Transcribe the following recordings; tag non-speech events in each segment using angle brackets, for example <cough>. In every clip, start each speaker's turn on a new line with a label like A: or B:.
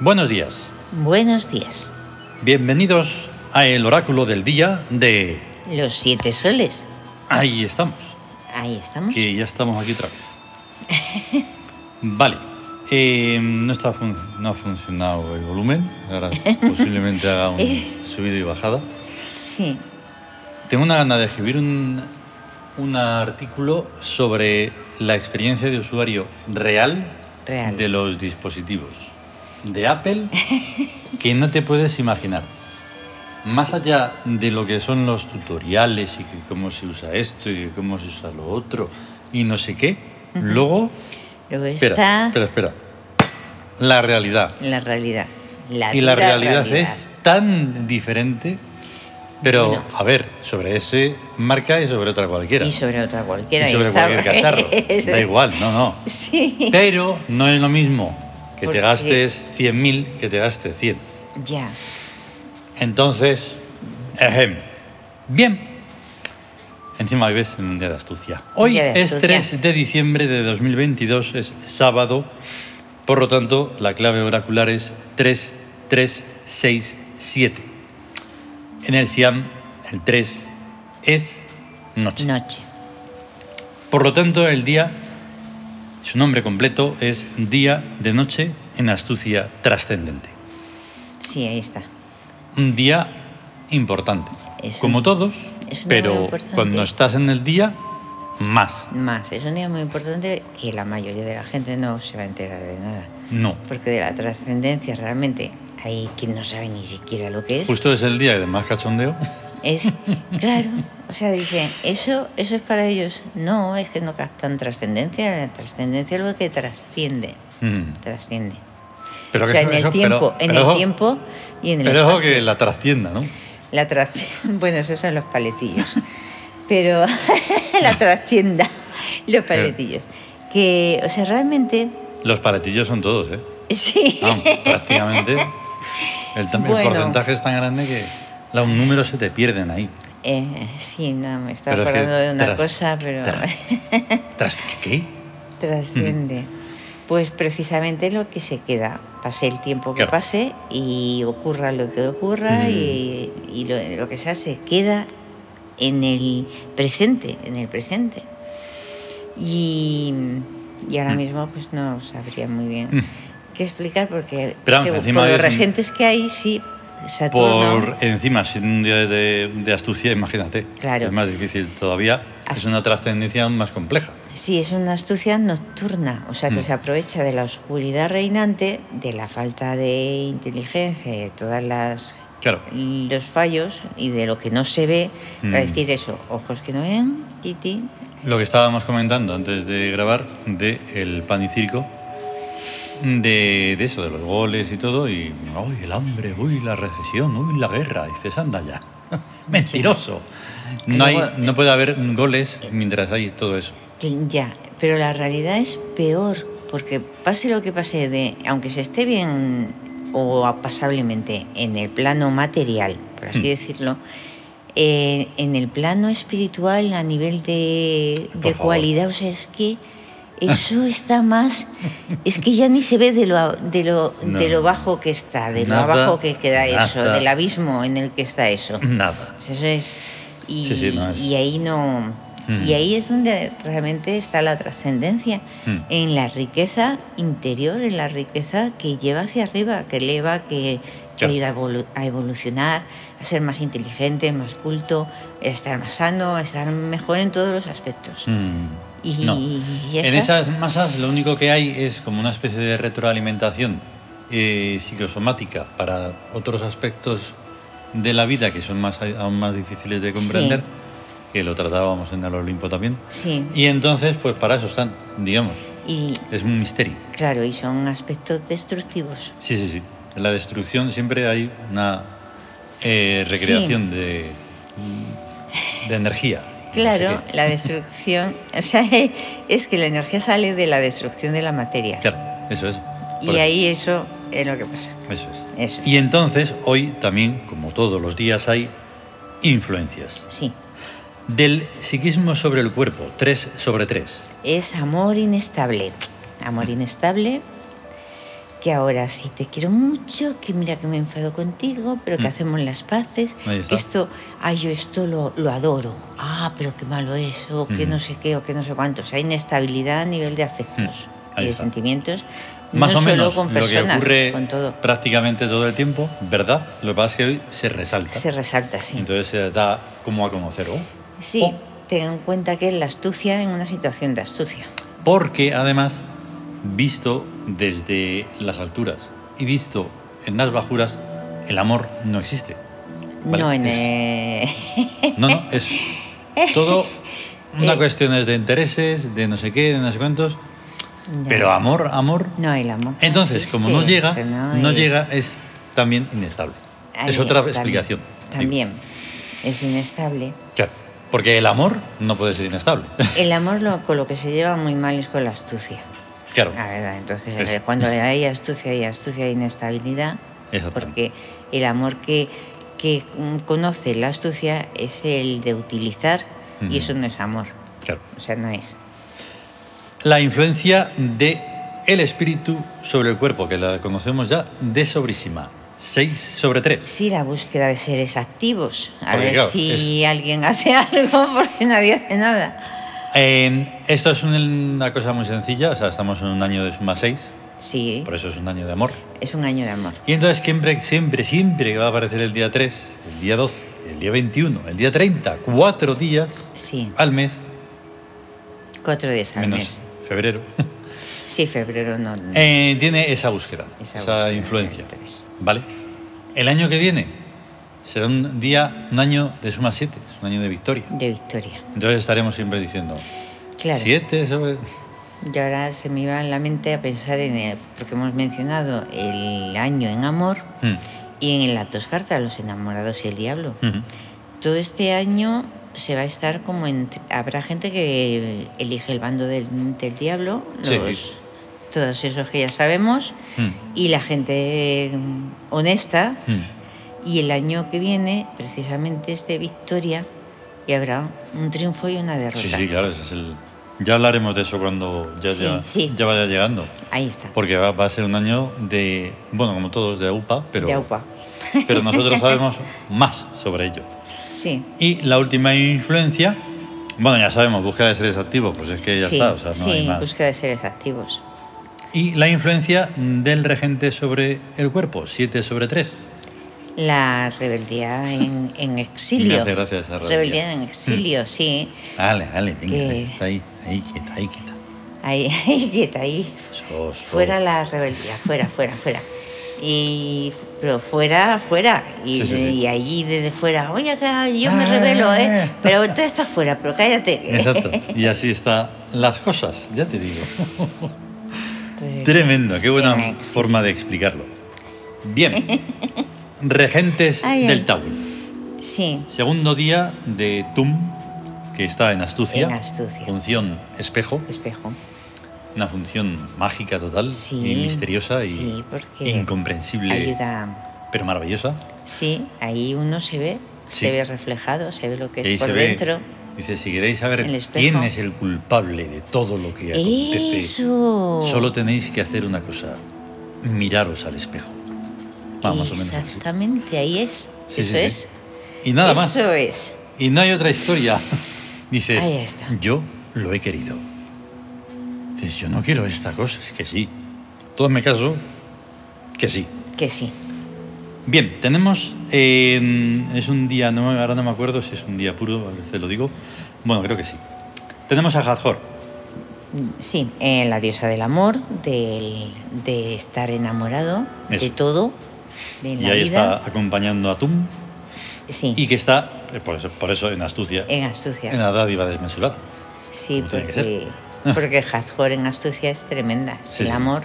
A: Buenos días.
B: Buenos días.
A: Bienvenidos a el oráculo del día de...
B: Los siete soles.
A: Ahí estamos.
B: Ahí estamos.
A: Que ya estamos aquí otra vez. Vale. Eh, no, está fun- no ha funcionado el volumen. Ahora posiblemente haga un subido y bajada.
B: Sí.
A: Tengo una gana de escribir un, un artículo sobre la experiencia de usuario real,
B: Real.
A: de los dispositivos de
B: <laughs>
A: Apple que no te puedes imaginar. Más allá de lo que son los tutoriales y que cómo se usa esto y que cómo se usa lo otro y no sé qué, luego...
B: Luego
A: Espera,
B: está
A: espera, espera. La realidad.
B: la realidad. La
A: Y la
B: dura
A: realidad es tan diferente, pero
B: Bueno.
A: a ver, sobre ese marca y sobre otra cualquiera.
B: Y sobre otra cualquiera.
A: Y
B: ahí
A: sobre
B: está.
A: cualquier
B: <laughs>
A: cacharro.
B: Eso
A: Da
B: es.
A: igual, no, no.
B: Sí.
A: Pero no es lo mismo que te
B: Porque-
A: gastes 100.000 que te gastes 100.
B: Ya.
A: Entonces, ejem. bien. Encima hoy ves en un día de astucia. Hoy
B: Día de
A: es
B: astucia.
A: 3 de diciembre de 2022, es sábado. Por lo tanto, la clave oracular es 3367. En el Siam, el 3 es noche.
B: Noche.
A: Por lo tanto, el día, su nombre completo es Día de Noche en Astucia Trascendente.
B: Sí, ahí está.
A: Un día importante,
B: Es
A: como
B: un-
A: todos,
B: es un día muy
A: pero
B: importante.
A: cuando estás en el día, más.
B: Más. Es un día muy importante que la mayoría de la gente no se va a enterar de nada.
A: No.
B: Porque de la trascendencia realmente hay quien no sabe ni siquiera lo que es.
A: Justo es el día de más
B: <laughs>
A: cachondeo.
B: Es claro, o sea, dice, eso, eso es para ellos. No, es que no captan trascendencia, la trascendencia es lo que trasciende,
A: Mm.
B: trasciende.
A: Pero
B: o sea,
A: que-
B: en el
A: eso-
B: tiempo,
A: pero-
B: en
A: pero
B: el
A: ojo-
B: tiempo y en el
A: Pero ojo
B: espacio.
A: que la trastienda, ¿no?
B: La trasci- <laughs> bueno, esos son los paletillos. Pero <laughs> la trascienda, los paletillos. Que, o sea, realmente <laughs>
A: Los paletillos son todos, ¿eh?
B: sí. <laughs>
A: Vamos, prácticamente. El, tam- el
B: Bueno.
A: porcentaje es tan grande que la- un número se te pierden ahí.
B: Eh, sí, no, me estaba
A: Pero es que
B: acordando de una
A: tras-
B: cosa, pero
A: tras- ¿Tras qué?
B: Trasciende. Pues precisamente lo que se queda. Pase el tiempo que
A: Claro.
B: pase y ocurra lo que ocurra
A: Mm.
B: y, y lo, lo que sea se queda en el presente, en el presente. Y, y ahora mismo pues no sabría muy bien
A: Mm.
B: qué explicar porque
A: Pero vamos,
B: segu-
A: encima
B: por
A: es
B: los
A: un-
B: regentes que hay sí, Saturno,
A: Por encima, sin un día de, de astucia, imagínate.
B: Claro.
A: Es más difícil todavía. Es
B: As-
A: una trascendencia aún más compleja.
B: Sí, es una astucia nocturna, o sea que
A: Mm.
B: se aprovecha de la oscuridad reinante, de la falta de inteligencia y de todas las
A: Claro.
B: los fallos y de lo que no se ve
A: Mm.
B: para decir eso, ojos que no ven, titi.
A: Lo que estábamos comentando antes de grabar de el pan y circo, de, de eso, de los goles y todo, y uy, el hambre, uy, la recesión, uy, la guerra, y dices, anda ya. <laughs> Mentiroso. No, hay,
B: Luego-
A: no puede haber goles mientras hay todo eso.
B: que Ya, pero la realidad es peor, porque pase lo que pase de aunque se esté bien o pasablemente en el plano material, por así
A: Mm.
B: decirlo, eh, en el plano espiritual a nivel de,
A: Por
B: de
A: favor.
B: cualidad, o sea, es que eso está más, es que ya ni se ve de lo, a- de lo, de
A: No.
B: lo bajo que está, de lo
A: Nada,
B: abajo que queda eso,
A: nada.
B: del abismo en el que está eso.
A: Nada.
B: Eso es. Y,
A: Sí, sí, no es-
B: y ahí no.
A: Mm.
B: Y ahí es donde realmente está la trascendencia,
A: Mm.
B: en la riqueza interior, en la riqueza que lleva hacia arriba, que eleva, que te
A: Claro.
B: ayuda a evolu- a evolucionar, a ser más inteligente, más culto, a estar más sano, a estar mejor en todos los aspectos.
A: Mm,
B: Y,
A: no.
B: y ya
A: En
B: está.
A: esas masas lo único que hay es como una especie de retroalimentación eh, psicosomática para otros aspectos de la vida que son más, aún más difíciles de comprender,
B: Sí.
A: que lo tratábamos en el Olimpo también.
B: Sí,
A: Y entonces, pues para eso están, digamos,
B: y
A: es un misterio.
B: claro, y son aspectos destructivos.
A: Sí, sí, sí. En la destrucción siempre hay una eh, recreación de, de energía. No sé
B: Claro,
A: qué.
B: la destrucción, o sea, <laughs> es que la energía sale de la destrucción de la materia.
A: Claro, eso es.
B: Y
A: Por eso.
B: ahí eso es lo que pasa.
A: Eso es.
B: Eso
A: Y
B: es.
A: entonces hoy también, como todos los días, hay influencias.
B: Sí,
A: Del psiquismo sobre el cuerpo, 3 sobre 3. Mm.
B: es amor inestable. Amor inestable que ahora sí te quiero mucho, que mira que me enfado contigo, pero que
A: Mm.
B: hacemos las paces,
A: Ahí está.
B: que esto, ay, yo esto lo, lo adoro, ah, pero qué malo es, o que no
A: Ujú.
B: sé qué, o que no sé cuánto. O sea, hay inestabilidad a nivel de afectos
A: Mm. Ahí
B: y de
A: está.
B: sentimientos,
A: Más
B: no
A: o
B: solo
A: menos
B: con
A: lo que
B: personas,
A: ocurre
B: con todo.
A: prácticamente todo el tiempo, ¿verdad? Lo que pasa es que hoy se resalta.
B: Se resalta, sí.
A: Entonces se da como a conocer. Oh,
B: sí,
A: oh,
B: ten en cuenta que es la astucia en una situación de astucia.
A: Porque además, visto desde las alturas y visto en las bajuras, el amor no existe. Vale,
B: no en...
A: es-
B: eh,
A: No, no, es todo una
B: <laughs> Eh.
A: cuestión es de intereses, de no sé qué, de no sé cuántos,
B: no.
A: pero amor, amor.
B: No, el amor. no
A: Entonces, como no
B: existe,
A: llega,
B: o sea,
A: no
B: es-
A: llega, es también inestable. Es
B: Ahí,
A: otra
B: también,
A: explicación. digo.
B: También, es inestable.
A: Claro, porque el amor no puede ser inestable. <laughs>
B: El amor lo, con lo que se lleva muy mal es con la astucia.
A: claro,
B: La verdad, entonces
A: Es-
B: eh, cuando hay astucia y astucia hay inestabilidad,
A: exactamente.
B: porque el amor que, que mm, conoce la astucia es el de utilizar
A: Ujú.
B: y eso no es amor,
A: Claro.
B: o sea, no es.
A: La influencia de el espíritu sobre el cuerpo, que la conocemos ya de sobrísima. 6 sobre 3.
B: Sí, la búsqueda de seres activos, a
A: Porque,
B: ver
A: claro,
B: si alguien hace <laughs> algo porque nadie hace nada.
A: esto es un- una cosa muy sencilla, o sea, estamos en un año de suma 6,
B: Sí,
A: por eso es un año de amor.
B: es un año de amor.
A: Y entonces siempre, siempre, siempre va a aparecer el día 3, el día 12, el día 21, el día 30, cuatro días
B: Sí,
A: al mes,
B: cuatro días al
A: menos
B: mes. Mm.
A: febrero,
B: Sí, febrero no. no.
A: <laughs> eh, tiene esa búsqueda, esa,
B: Esa búsqueda del
A: influencia.
B: tres.
A: ¿Vale? El año que viene será un día, un año de suma 7, es un año de victoria.
B: De victoria.
A: Entonces estaremos siempre diciendo
B: Claro.
A: 7 sobre...
B: Y ahora se me iba en la mente a pensar en el, porque hemos mencionado el año en amor
A: Mm,
B: y en las dos cartas, los enamorados y el diablo.
A: mhm.
B: Todo este año se va a estar como entre, habrá gente que elige el bando del, del diablo,
A: Sí.
B: los- todos esos que ya sabemos,
A: Mm.
B: y la gente mm, honesta,
A: Mm.
B: y el año que viene precisamente es de victoria y habrá un triunfo y una derrota.
A: Sí, sí, claro, ese es el... Ya hablaremos de eso cuando ya,
B: Sí,
A: ya-
B: sí.
A: ya vaya llegando.
B: Ahí está.
A: Porque va, va a ser un año de, bueno, como todos, de UPA, pero,
B: De AUPA.
A: pero
B: <laughs>
A: nosotros sabemos más sobre ello.
B: Sí.
A: Y la última influencia, bueno, ya sabemos, búsqueda de seres activos, pues es que ya
B: sí,
A: está, o sea, no
B: sí, pues
A: hay más.
B: búsqueda de seres activos.
A: Y la influencia del regente sobre el cuerpo, 7 sobre 3.
B: La rebeldía en, en
A: Me
B: exilio.
A: hace gracia esa rebeldía. Hmm.
B: en exilio, sí.
A: Vale, vale, venga,
B: Que-
A: venga, está ahí, ahí quieta, ahí quieta.
B: Ahí, <laughs> ahí, quieta, ahí.
A: So, so.
B: Fuera la rebeldía, fuera, fuera, fuera. Y, pero fuera, fuera. Y,
A: Sí, sí, sí.
B: y allí desde fuera, oye, que yo me
A: Ah.
B: revelo, ¿eh? Pero tú estás fuera, pero cállate.
A: Exacto, y así están las cosas, ya te digo.
B: Re-
A: Tremendo, qué buena
B: en exilio.
A: forma de explicarlo.
B: <laughs>
A: Bien, regentes
B: Ay, ay.
A: del Tawil.
B: Sí,
A: Segundo día de TUM, que está en astucia.
B: En astucia.
A: Función espejo,
B: espejo.
A: una función mágica total
B: Sí,
A: y misteriosa y
B: sí, porque
A: incomprensible,
B: Ayuda.
A: pero maravillosa.
B: Sí, ahí uno se ve,
A: Sí.
B: se ve reflejado, se ve lo que
A: Y ahí
B: es por
A: se ve,
B: dentro.
A: dice, si queréis saber
B: el espejo.
A: quién es el culpable de todo lo que acontece,
B: Eso.
A: solo tenéis que hacer una cosa, miraros al espejo. Va, más o menos así.
B: Exactamente, ahí es.
A: Sí,
B: Eso
A: sí, sí.
B: es.
A: Y nada más.
B: Eso es.
A: Y no hay otra historia. <laughs> Dices,
B: Ahí está.
A: yo lo he querido. Dices, yo no quiero esta cosa, es que sí. Todo me caso, que sí.
B: Que sí.
A: Bien, tenemos, eh, es un día, no, me- ahora no me acuerdo si es un día puro, a veces lo digo. Bueno, creo que sí. Tenemos a Hathor.
B: Mm, Sí, eh, la diosa del amor, del, de estar enamorado, de
A: Eso.
B: todo, de
A: Y
B: la
A: ahí
B: vida.
A: está acompañando a Tum.
B: Sí,
A: Y que está, eh, por eso, por eso en astucia,
B: en Astucia.
A: en la dádiva desmesurada.
B: Sí,
A: como tiene que <laughs>
B: porque, porque Hathor en Astucia es tremenda, es
A: Sí,
B: el
A: sí.
B: amor.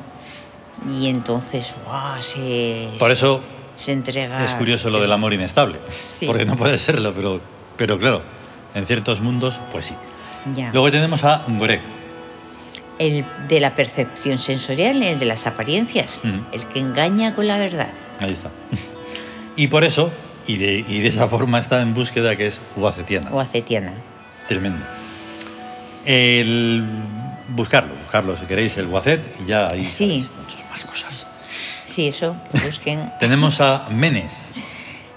B: Y entonces, ¡guau! se,
A: Por eso
B: se entrega.
A: Es curioso lo del amor inestable,
B: Ah, Sí.
A: porque no puede serlo, pero, pero claro, en ciertos mundos, pues sí.
B: Ya.
A: Luego tenemos a Greg,
B: El de la percepción sensorial, el de las apariencias,
A: Mm.
B: el que engaña con la verdad.
A: ahí está. Y por eso, y de, y de esa forma está en búsqueda que es Huacetiana,
B: O acetiana.
A: tremendo. El buscarlo, buscarlo si queréis, el Huacet, y ya ahí
B: Sí.
A: sabéis muchas más cosas.
B: sí, eso,
A: <laughs>
B: busquen.
A: Tenemos a Menes.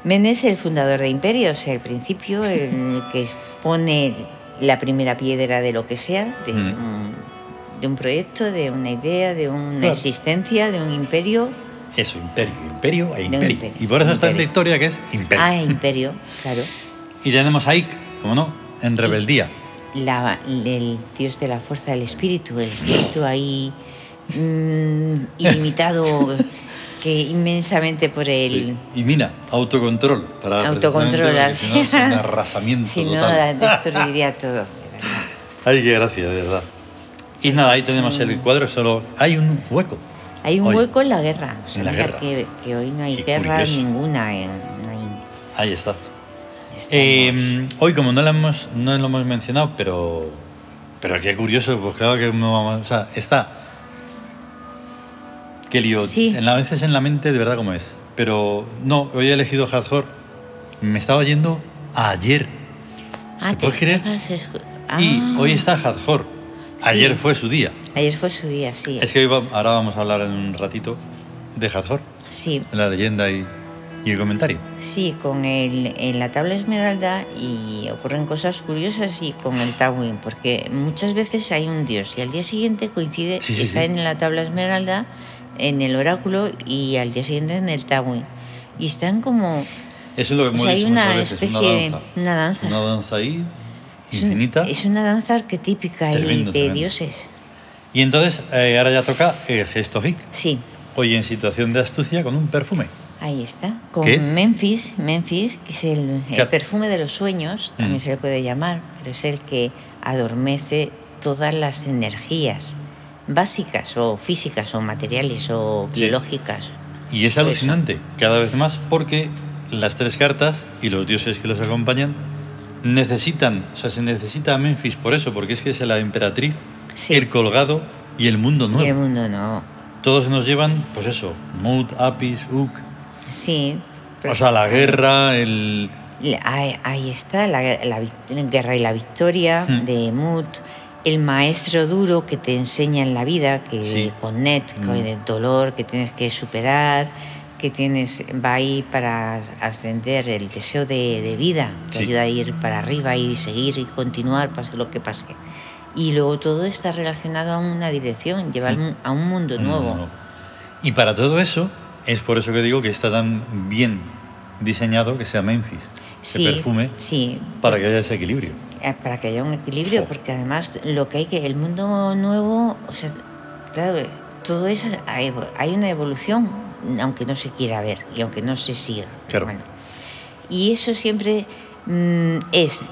B: Menes, el fundador de Imperios, el principio, el que pone la primera piedra de lo que sea, de,
A: Mm.
B: un, de un proyecto, de una idea, de una
A: Claro.
B: existencia, de un imperio.
A: Eso, imperio, imperio e
B: un
A: imperio.
B: imperio,
A: Y por eso está en la
B: imperio.
A: historia que es imperio. <laughs>
B: Ah, imperio, claro.
A: Y tenemos a Ike, como no, en rebeldía.
B: La- el dios de la fuerza del espíritu, el espíritu ahí mm,
A: <laughs>
B: ilimitado, que inmensamente por el...
A: Y mira, autocontrol. Para
B: Autocontrol,
A: precisamente, porque
B: así.
A: Si no,
B: <laughs>
A: es un arrasamiento
B: Si no,
A: total.
B: destruiría
A: <laughs>
B: todo. de verdad.
A: Ay, qué gracia, de verdad. Y nada, ahí tenemos el cuadro, solo hay un hueco.
B: Hay un
A: Hoy.
B: hueco en la guerra. O sea,
A: En la
B: mira
A: guerra.
B: Que, que hoy no hay
A: Qué
B: guerra
A: curioso.
B: ninguna. en- no hay-
A: Ahí está.
B: estamos-
A: Eh, hoy, como no lo hemos, no lo hemos mencionado, pero, pero qué curioso, pues claro que no vamos. O sea, está. Qué lío.
B: Sí.
A: En la- a veces en la mente, de verdad, como es. Pero no, hoy he elegido hardcore. Me estaba yendo a ayer.
B: ah,
A: ¿te
B: te
A: puedes creer?
B: estabas escu-
A: Y
B: Ah,
A: hoy está hardcore. Ayer
B: Sí.
A: fue su día.
B: Ayer fue su día, sí.
A: Es que hoy va- ahora vamos a hablar en un ratito de hardcore,
B: Sí,
A: de la leyenda y, y el comentario.
B: sí, con el, en la tabla esmeralda y ocurren cosas curiosas y con el Tawin, porque muchas veces hay un dios y al día siguiente coincide,
A: Sí, sí,
B: está
A: sí.
B: en la tabla esmeralda, en el oráculo y al día siguiente en el Tawin. Y están como...
A: Eso es lo que
B: O
A: hemos
B: sea, hay
A: dicho
B: una
A: muchas veces,
B: especie de-
A: una danza.
B: una danza.
A: Una danza ahí,
B: es un-
A: infinita.
B: Es una danza arquetípica ahí
A: Tremendo,
B: de
A: tremendo.
B: dioses.
A: Y entonces, eh, ahora ya toca el gesto hic.
B: Sí,
A: Hoy en situación de astucia con un perfume.
B: ahí está. Con
A: ¿Qué es?
B: Memphis, Memphis, que es el, el
A: Claro.
B: perfume de los sueños, también
A: Mm.
B: se le puede llamar, pero es el que adormece todas las energías básicas o físicas o materiales o
A: Sí.
B: biológicas.
A: Y es
B: Eso.
A: alucinante, cada vez más, porque las tres cartas y los dioses que los acompañan necesitan, o sea, se necesita a Memphis por eso, porque es que es la emperatriz,
B: Sí.
A: el colgado y el mundo
B: Y el
A: nuevo.
B: mundo no.
A: Todos nos llevan, pues eso, Mut, Apis, Uk,
B: Sí.
A: o sea, la guerra, el...
B: Y Ahí, ahí está la, la vic- guerra y la victoria
A: Mm.
B: de Mut, el maestro duro que te enseña en la vida, que
A: Sí.
B: con net, con
A: Mm.
B: el dolor que tienes que superar, que tienes va ahí para ascender el deseo de, de vida, te
A: Sí.
B: ayuda a ir para arriba y seguir y continuar, pase lo que pase. Y luego todo está relacionado a una dirección, llevar
A: Mm.
B: Hmm. a un mundo nuevo.
A: Y para todo eso, es por eso que digo que está tan bien diseñado que sea Memphis,
B: Sí,
A: el perfume,
B: sí,
A: para que haya ese equilibrio.
B: Eh, para que haya un equilibrio,
A: Jo.
B: porque además lo que hay que, el mundo nuevo, o sea, claro, todo eso, ha evo- hay una evolución, aunque no se quiera ver y aunque no se siga.
A: Claro.
B: y eso siempre mm, es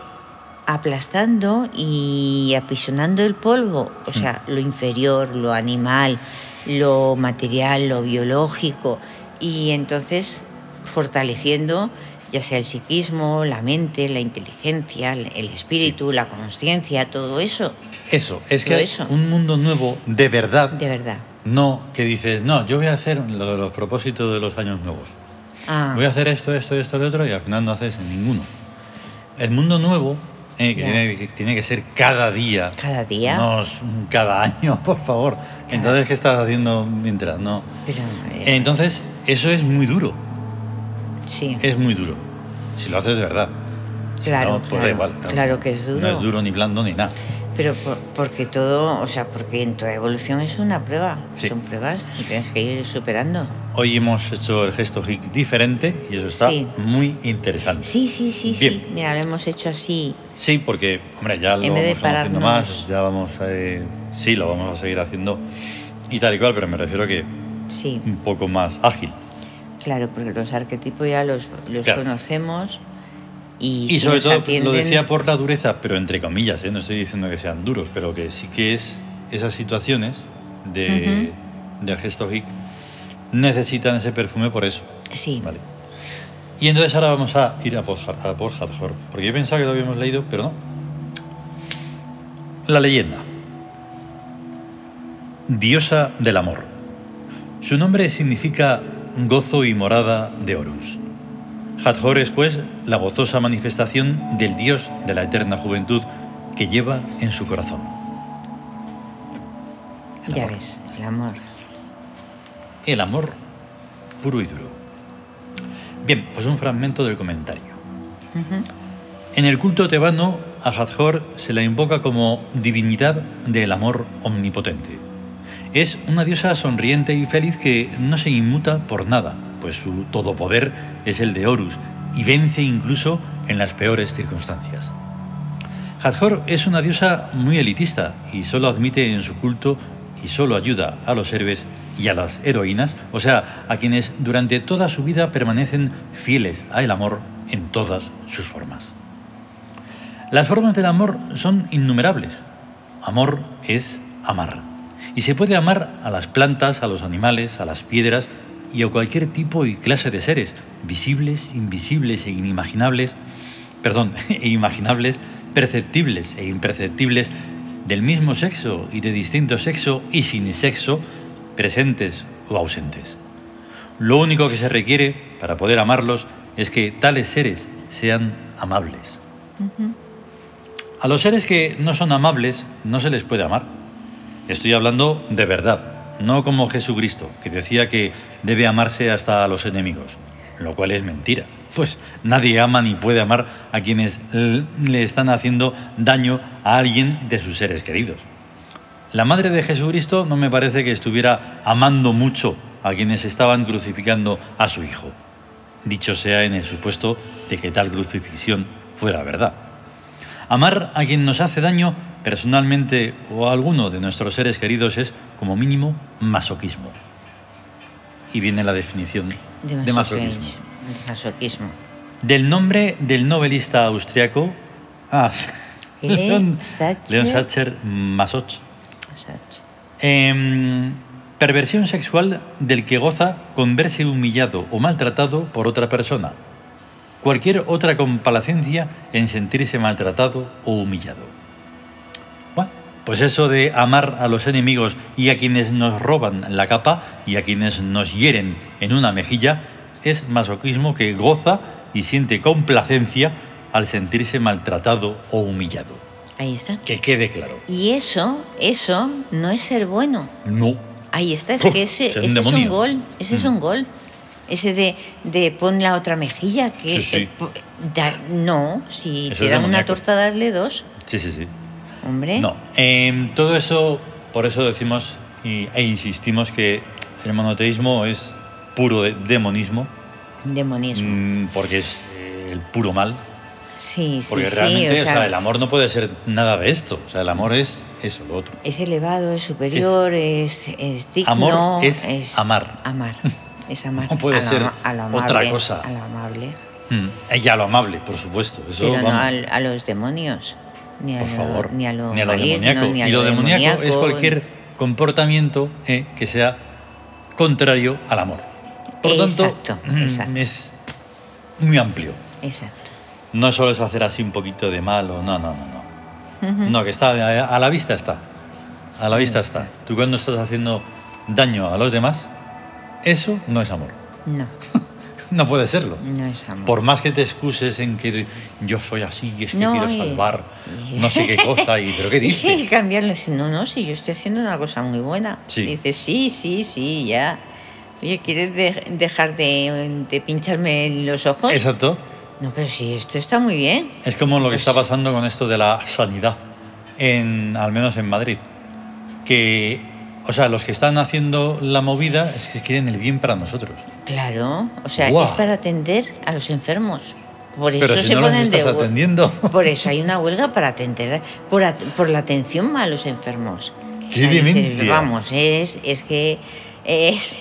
B: aplastando y apisonando el polvo, o sea,
A: Mm.
B: lo inferior, lo animal, lo material, lo biológico, y entonces fortaleciendo ya sea el psiquismo, la mente, la inteligencia, el el espíritu, la conciencia, todo eso,
A: Eso, es que
B: Todo
A: hay
B: eso.
A: un mundo nuevo de verdad,
B: de verdad.
A: no que dices, no, yo voy a hacer lo de los propósitos de los años nuevos.
B: Ah,
A: Voy a hacer esto, esto, esto, lo otro, y al final no haces ninguno. El mundo nuevo, eh, que
B: Ya.
A: tiene, que tiene que ser cada día.
B: cada día.
A: No es un cada año, <laughs> por favor. Entonces, ¿qué estás haciendo mientras? No.
B: Pero, eh,
A: Entonces, eso es muy duro.
B: sí.
A: Es muy duro. Si lo haces de verdad. Si
B: Claro,
A: eh, no, pues da
B: claro,
A: igual.
B: claro que es
A: No
B: duro.
A: es duro ni blando ni nada.
B: Pero por- porque todo, o sea, porque en toda evolución es una prueba,
A: Sí.
B: son pruebas que tienes que ir superando.
A: Hoy hemos hecho el gesto hic diferente y eso está
B: Sí.
A: muy interesante.
B: Sí, sí, sí, sí.
A: Bien.
B: Mira, lo hemos hecho así.
A: Sí, porque, hombre, ya lo
B: En vez de
A: vamos haciendo
B: pararnos-
A: más, ya vamos a... eh, sí, lo vamos a seguir haciendo y tal y cual, pero me refiero que
B: Sí,
A: un poco más ágil.
B: claro, porque los arquetipos ya los, los
A: Mm. Claro.
B: conocemos y,
A: Y
B: si
A: sobre
B: nos
A: todo,
B: atienden-
A: lo decía por la dureza, pero entre comillas, ¿eh? no estoy diciendo que sean duros, pero que sí que es esas situaciones de, del gesto hic necesitan ese perfume por eso.
B: Sí,
A: Vale. Y entonces ahora vamos a ir a por, Har- a por Hathor, porque yo pensaba que lo habíamos leído, pero no. La leyenda. Diosa del amor. Su nombre significa gozo y morada de Horus. Hathor es, pues, la gozosa manifestación del dios de la eterna juventud que lleva en su corazón. El
B: ya
A: amor.
B: ves, el amor.
A: El amor puro y duro. Bien, pues un fragmento del comentario. En el culto tebano, a Hathor se la invoca como divinidad del amor omnipotente. Es una diosa sonriente y feliz que no se inmuta por nada, pues su todopoder es el de Horus y vence incluso en las peores circunstancias. Hathor es una diosa muy elitista y solo admite en su culto y solo ayuda a los héroes y a las heroínas, o sea, a quienes durante toda su vida permanecen fieles al amor en todas sus formas. Las formas del amor son innumerables. Amor es amar. Y se puede amar a las plantas, a los animales, a las piedras y a cualquier tipo y clase de seres, visibles, invisibles e inimaginables, perdón, <laughs> e imaginables, perceptibles e imperceptibles, del mismo sexo y de distinto sexo y sin sexo, presentes o ausentes. Lo único que se requiere para poder amarlos es que tales seres sean amables. A los seres que no son amables no se les puede amar. Estoy hablando de verdad, no como Jesucristo, que decía que debe amarse hasta a los enemigos, lo cual es mentira. Pues nadie ama ni puede amar a quienes l- le están haciendo daño a alguien de sus seres queridos. La madre de Jesucristo no me parece que estuviera amando mucho a quienes estaban crucificando a su hijo. Dicho sea en el supuesto de que tal crucifixión fuera verdad. Amar a quien nos hace daño personalmente o a alguno de nuestros seres queridos es, como mínimo, masoquismo. Y viene la definición
B: De
A: De
B: masoquismo.
A: masoquismo.
B: De masoquismo.
A: del nombre del novelista austriaco ah,
B: Leon
A: <laughs> Leon
B: Sacher.
A: Leon Sacher Masoch.
B: Exacto.
A: Em, perversión sexual del que goza con verse humillado o maltratado por otra persona. Cualquier otra complacencia en sentirse maltratado o humillado. Bueno, pues eso de amar a los enemigos y a quienes nos roban la capa y a quienes nos hieren en una mejilla es masoquismo que goza y siente complacencia al sentirse maltratado o humillado.
B: Ahí está.
A: Que quede claro.
B: Y eso, eso no es ser bueno.
A: No
B: Ahí está, es
A: Uf,
B: que ese,
A: es un
B: ese es un
A: demonio.
B: gol, ese es un
A: Mm.
B: gol. Ese de, de pon la otra mejilla, que
A: Sí, sí.
B: eh, po- da- no, si
A: Eso
B: te
A: es
B: dan una
A: demoníaco.
B: torta, darle dos,
A: Sí, sí, sí.
B: hombre.
A: No. em, todo eso, por eso decimos y- e insistimos que el monoteísmo es puro de- demonismo,
B: Demonismo.
A: mm, porque es eh, el puro mal.
B: Sí, sí,
A: Porque
B: sí.
A: realmente,
B: o
A: o
B: sea,
A: sea, el amor no puede ser nada de esto. O sea, el amor es eso, lo otro.
B: es elevado, es superior, es, es, digno.
A: Amor es amar. <laughs>
B: Amar. Es amar.
A: No puede
B: a lo
A: ser
B: ama- a lo
A: otra
B: amable,
A: cosa.
B: A lo amable.
A: Mm, Y a lo amable, por supuesto. Eso,
B: Pero no
A: vamos.
B: al- a, los demonios. Ni a
A: Por
B: lo,
A: favor.
B: Ni a lo, maligno,
A: demoníaco.
B: ni a
A: y lo demoníaco, es
B: demoníaco,
A: cualquier comportamiento eh, que sea contrario al amor. Por
B: Exacto,
A: tanto, mm,
B: exacto.
A: es muy amplio.
B: Exacto.
A: No solo es hacer así un poquito de malo, no, no, no, no.
B: Ujú.
A: No, que está a la vista está. A la
B: Ahí
A: vista
B: está.
A: está. Tú cuando estás haciendo daño a los demás, eso no es amor. <laughs>
B: No,
A: No puede serlo.
B: no es amor.
A: Por más que te excuses en que yo soy así y es que
B: No,
A: quiero
B: y-
A: salvar
B: y-
A: no sé
B: <laughs>
A: qué cosa y pero qué
B: Y
A: dices.
B: cambiarlo. si No, no, si yo estoy haciendo una cosa muy buena.
A: Sí.
B: Dices, sí, sí, sí, ya. Oye, ¿quieres de- dejar de, de pincharme en los ojos?
A: Exacto.
B: No, pero sí, esto está muy bien.
A: Es como lo que
B: Pues-
A: está pasando con esto de la sanidad, en, al menos en Madrid. Que, o sea, los que están haciendo la movida es que quieren el bien para nosotros.
B: Claro, o sea,
A: Guau.
B: es para atender a los enfermos. Por eso
A: Pero si
B: se
A: no los
B: ponen de
A: estás
B: hue-
A: atendiendo.
B: Por eso hay una huelga para atender, por, at- por la atención a los enfermos.
A: ¡Qué demencia!
B: vamos, es, es que es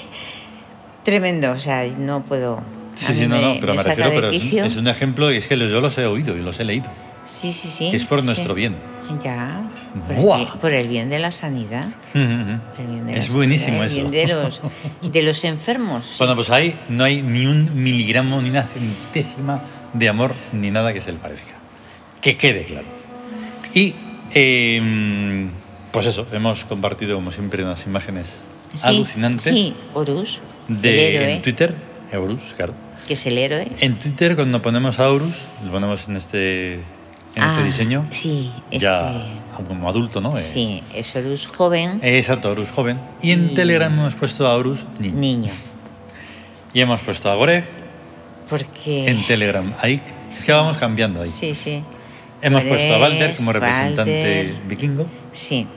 B: tremendo, o sea, no puedo. a
A: <laughs> Sí,
B: mí
A: sí, no, no, pero me,
B: saca
A: refiero,
B: de
A: pero es, un-
B: quicio.
A: es un ejemplo y es que los- yo los he oído y los he leído.
B: Sí, sí, sí.
A: que es por
B: sí.
A: nuestro bien. <laughs>
B: Ya, por el,
A: Buah.
B: bien, por el bien de la sanidad. por el bien de la
A: es
B: sanidad,
A: buenísimo
B: el
A: eso.
B: bien de los, de los enfermos. sí.
A: <laughs> Bueno, pues ahí no hay ni un miligramo, ni una centésima de amor, ni nada que se le parezca. Que quede claro. Y eh, pues eso, hemos compartido como siempre unas imágenes
B: Sí,
A: alucinantes
B: Sí, Horus,
A: de
B: el héroe,
A: en Twitter, Horus, claro.
B: que es el héroe.
A: En Twitter cuando ponemos a Horus, lo ponemos en este, en
B: Ah,
A: este diseño,
B: Sí, este,
A: ya como adulto, ¿no? Eh,
B: sí, es Horus joven,
A: Exacto, Horus joven. Y en
B: Y-
A: Telegram hemos puesto a Horus niño.
B: niño.
A: Y Y hemos puesto a Gore
B: Porque.
A: en Telegram. Ahí es que vamos cambiando ahí.
B: Sí, sí.
A: Hemos puesto a Walter como
B: Walter.
A: representante vikingo.
B: Sí,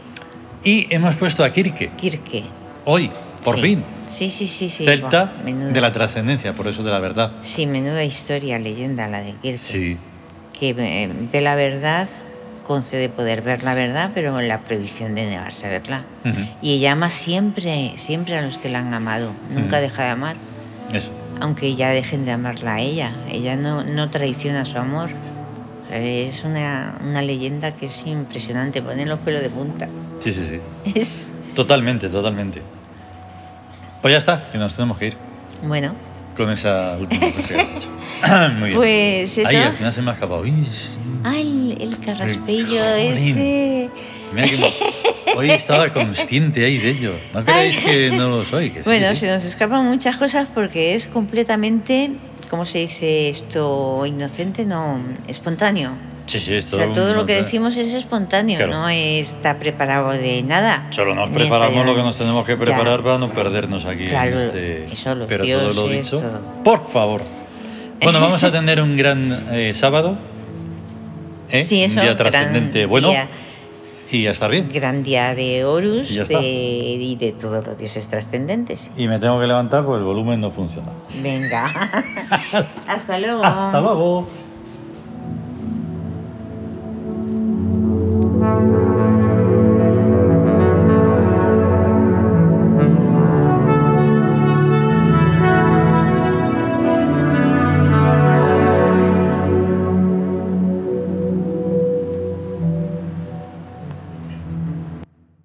A: Y hemos puesto a Kirke,
B: Kirke.
A: hoy, por
B: Sí.
A: fin.
B: Sí, sí, sí. sí.
A: Celta
B: Buah, menuda-
A: de la trascendencia, por eso de la verdad.
B: Sí, menuda historia, leyenda la de Kirke.
A: Sí,
B: Que eh, ve la verdad, concede poder ver la verdad, pero con la prohibición de negarse a verla.
A: Ujú.
B: Y ella ama siempre, siempre a los que la han amado. Nunca
A: Ujú.
B: deja de amar,
A: eso.
B: aunque ya dejen de amarla a ella. Ella no, no traiciona su amor. O sea, Es una, una leyenda que es impresionante, ponen los pelos de punta. <laughs>
A: Sí, sí, sí.
B: Es
A: Totalmente, totalmente. Pues ya está, que nos tenemos que ir
B: bueno.
A: con esa última cosa que has dicho. <coughs> Muy bien.
B: Pues eso.
A: Ahí al final se me ha escapado. Uy,
B: Ah, el, el carraspello
A: Jolín.
B: ese.
A: mira que me- Hoy estaba consciente ahí de ello.
B: <laughs>
A: No creáis que no lo soy. que sí,
B: Bueno,
A: sí.
B: se nos escapan muchas cosas porque es completamente, ¿cómo se dice esto? Inocente, no, espontáneo.
A: Sí, sí, es
B: O sea,
A: un
B: todo lo que
A: monta-
B: decimos es espontáneo,
A: Claro.
B: no está preparado de nada.
A: Solo nos
B: Ni
A: preparamos
B: ensayado.
A: lo que nos tenemos que
B: Ya.
A: preparar para no perdernos aquí. en
B: Claro,
A: este-
B: eso, los
A: Pero todo lo
B: dioses,
A: dicho,
B: todo.
A: por favor. Bueno, vamos a tener un gran eh, sábado. ¿eh?
B: Sí, eso,
A: un día
B: gran
A: trascendente bueno.
B: día.
A: Y ya está bien.
B: Gran día de Horus
A: Y ya está.
B: de, y de todos los dioses trascendentes.
A: Y me tengo que levantar porque el volumen no funciona.
B: Venga.
A: <laughs>
B: Hasta luego.
A: Hasta luego.